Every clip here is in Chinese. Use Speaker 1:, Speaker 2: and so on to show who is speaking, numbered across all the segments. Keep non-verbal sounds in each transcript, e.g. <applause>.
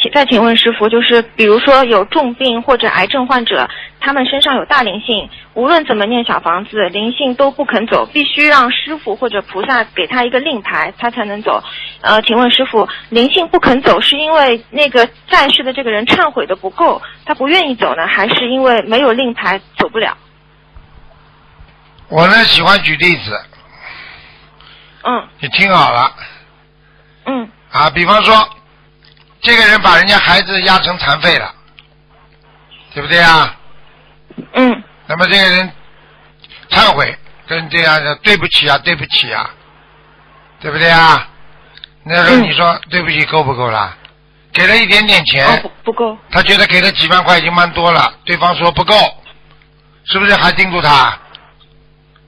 Speaker 1: 请再请问师傅，就是比如说有重病或者癌症患者，他们身上有大灵性，无论怎么念小房子，灵性都不肯走，必须让师傅或者菩萨给他一个令牌，他才能走。呃，请问师傅，灵性不肯走是因为那个在世的这个人忏悔的不够，他不愿意走呢，还是因为没有令牌走不了？
Speaker 2: 我呢喜欢举例子，
Speaker 1: 嗯
Speaker 2: 你听好了
Speaker 1: 嗯
Speaker 2: 啊，比方说，这个人把人家孩子压成残废了，对不对啊？
Speaker 1: 嗯
Speaker 2: 那么这个人忏悔，跟这样的对不起啊，对不起啊，对不对啊？那时候
Speaker 1: 嗯
Speaker 2: 你说、对不起够不够啦？给了一点点钱，
Speaker 1: 哦不不够，
Speaker 2: 他觉得给了几万块已经蛮多了，对方说不够，是不是还盯住他？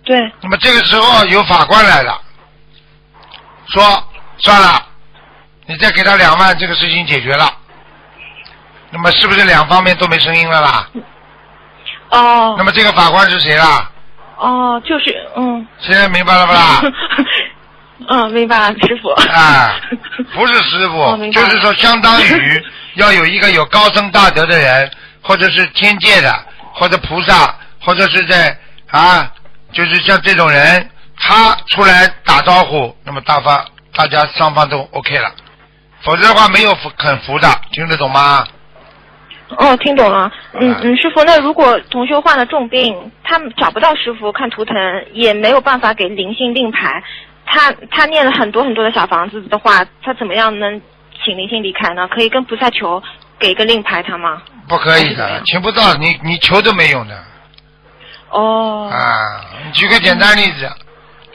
Speaker 1: 对，
Speaker 2: 那么这个时候有法官来了，说算了，你再给他两万，这个事情解决了。那么是不是两方面都没声音了啦？
Speaker 1: 哦
Speaker 2: 那么这个法官是谁啦？
Speaker 1: 哦就是嗯，
Speaker 2: 现在明白了不啦？
Speaker 1: <laughs> 嗯明白了师傅，
Speaker 2: <laughs> 啊，不是师
Speaker 1: 哦
Speaker 2: 傅，
Speaker 1: 明白
Speaker 2: 就
Speaker 1: 了
Speaker 2: 是说相当 <laughs> 于要有一个有高僧大德的人，或者是天界的，或者菩萨，或者是在啊，就是像这种人，他出来打招呼，那么大方，大家双方都 OK 了，否则的话没有服肯服的，听得懂吗？
Speaker 1: <laughs> 哦，听懂了。嗯
Speaker 2: 啊
Speaker 1: 嗯，师傅，那如果同修患了重病，他找不到师傅看图腾，也没有办法给灵性令牌，他他念了很多很多的小房子的话，他怎么样能请灵性离开呢？可以跟菩萨求给一个令牌他吗？
Speaker 2: 不可以
Speaker 1: 哎
Speaker 2: 的
Speaker 1: 呀，
Speaker 2: 请不到你，你求都没用的
Speaker 1: 哦，
Speaker 2: 啊！你举个简单例子，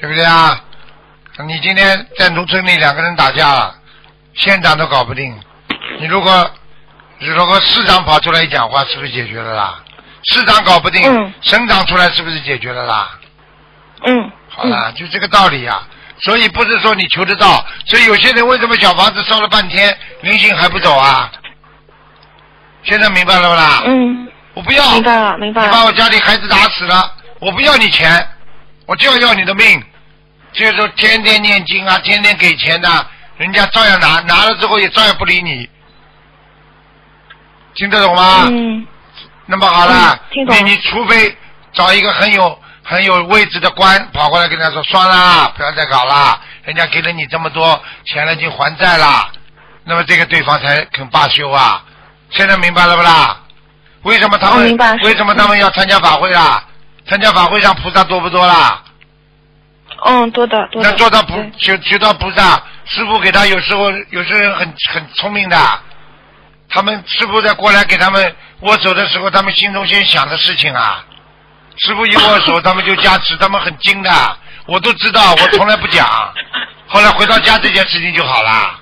Speaker 2: 对不对啊？你今天在农村里两个人打架了，县长都搞不定，你如果如果市长跑出来一讲话，是不是解决了啦？市长搞不定，
Speaker 1: 嗯
Speaker 2: 省长出来是不是解决了啦？
Speaker 1: 嗯，
Speaker 2: 好啦，就这个道理啊。所以不是说你求得到，所以有些人为什么小房子烧了半天，灵性还不走啊？现在明白了不啦？
Speaker 1: 嗯，
Speaker 2: 我不要，
Speaker 1: 嗯，明白了，明白
Speaker 2: 你把
Speaker 1: 了。
Speaker 2: 我家里孩子打死了，我不要你钱，我就要要你的命。这个时候天天念经啊，天天给钱呐、人家照样拿，拿了之后也照样不理你，听得懂吗？
Speaker 1: 嗯，
Speaker 2: 那么好了，
Speaker 1: 嗯听懂了
Speaker 2: 你你除非找一个很有很有位置的官跑过来跟他说，算
Speaker 1: 嗯
Speaker 2: 啦，不要再搞啦，人家给了你这么多钱了，已经还债啦，那么这个对方才肯罢休啊。现在明白了不啦？为什么他
Speaker 1: 我
Speaker 2: 们
Speaker 1: 哦明白是
Speaker 2: 为什么他们要参加法会啦？参加法会上菩萨多不多啦？
Speaker 1: 嗯，多的多的。
Speaker 2: 那做到菩
Speaker 1: 对
Speaker 2: 求求到菩萨，师傅给他有时候有些人很很聪明的，他们师傅在过来给他们握手的时候，他们心中先想的事情啊，师傅一握
Speaker 1: <laughs>
Speaker 2: 手，他们就加持，他们很精的，我都知道，我从来不
Speaker 1: <laughs>
Speaker 2: 讲，后来回到家这件事情就好啦，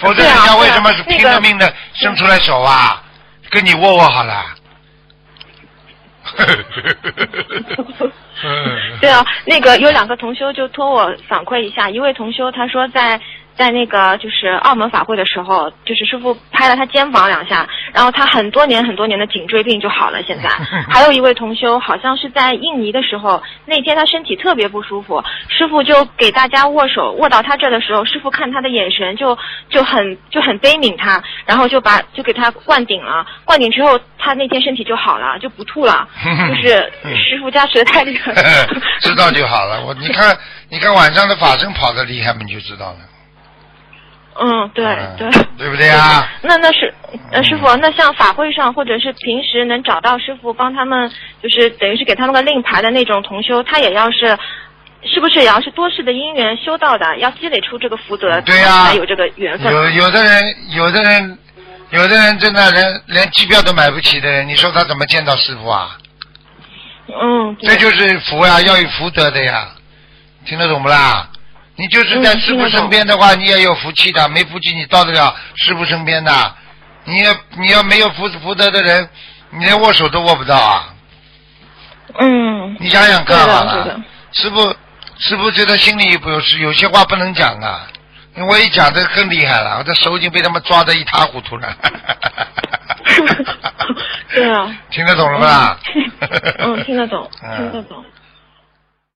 Speaker 2: 否则
Speaker 1: 对啊
Speaker 2: 人家为
Speaker 1: 对啊
Speaker 2: 什么是
Speaker 1: 那
Speaker 2: 拼
Speaker 1: 个
Speaker 2: 了命的伸出来手啊，跟你握握好了。
Speaker 1: <laughs>
Speaker 2: <laughs> <laughs> 嗯
Speaker 1: 对啊，那个有两个同修就托我反馈一下，一位同修他说在在那个就是澳门法会的时候，就是师傅拍了他肩膀两下，然后他很多年很多年的颈椎病就好了。现在还有一位同修好像是在印尼的时候，那天他身体特别不舒服，师傅就给大家握手，握到他这儿的时候，师傅看他的眼神就就很就很悲悯他，然后就把就给他灌顶了，灌顶之后他那天身体就好了，就不吐了，就是
Speaker 2: 嗯。
Speaker 1: 师傅加持的太厉害了
Speaker 2: <laughs> 知道就好了。我你看，你看晚上的法身跑得厉害嘛，你就知道了。
Speaker 1: <laughs> 嗯，对
Speaker 2: 嗯
Speaker 1: 对。
Speaker 2: 对不对啊？
Speaker 1: 那那是呃，
Speaker 2: 嗯
Speaker 1: 师傅，那像法会上或者是平时能找到师傅帮他们，就是等于是给他们个令牌的那种同修，他也要是，是不是也要是多世的因缘修到的，要积累出这个福德，
Speaker 2: 对呀
Speaker 1: 才有这个缘分。
Speaker 2: 有有的人，有的人，有的人真的连连机票都买不起的人，你说他怎么见到师傅啊？
Speaker 1: 嗯，对
Speaker 2: 这就是福呀、要有福德的呀，听得懂不啦？你就是在
Speaker 1: 嗯
Speaker 2: 师
Speaker 1: 听
Speaker 2: 傅
Speaker 1: 得懂
Speaker 2: 身边的话，你也有福气的；没福气，你到得了师傅身边的。你要你要没有福福德的人，你连握手都握不到啊！
Speaker 1: 嗯，
Speaker 2: 你想想
Speaker 1: 对
Speaker 2: 看好
Speaker 1: 的对
Speaker 2: 了
Speaker 1: 的，，
Speaker 2: 师傅，师傅觉得心里有时有些话不能讲啊，我一讲这更厉害了，我这手已经被他们抓得一塌糊涂
Speaker 1: <laughs>
Speaker 2: 了。
Speaker 1: 对啊，
Speaker 2: <laughs> 听得懂了吧？
Speaker 1: 啊 <laughs> 嗯，听得懂，
Speaker 2: <laughs> 嗯
Speaker 1: 听得懂。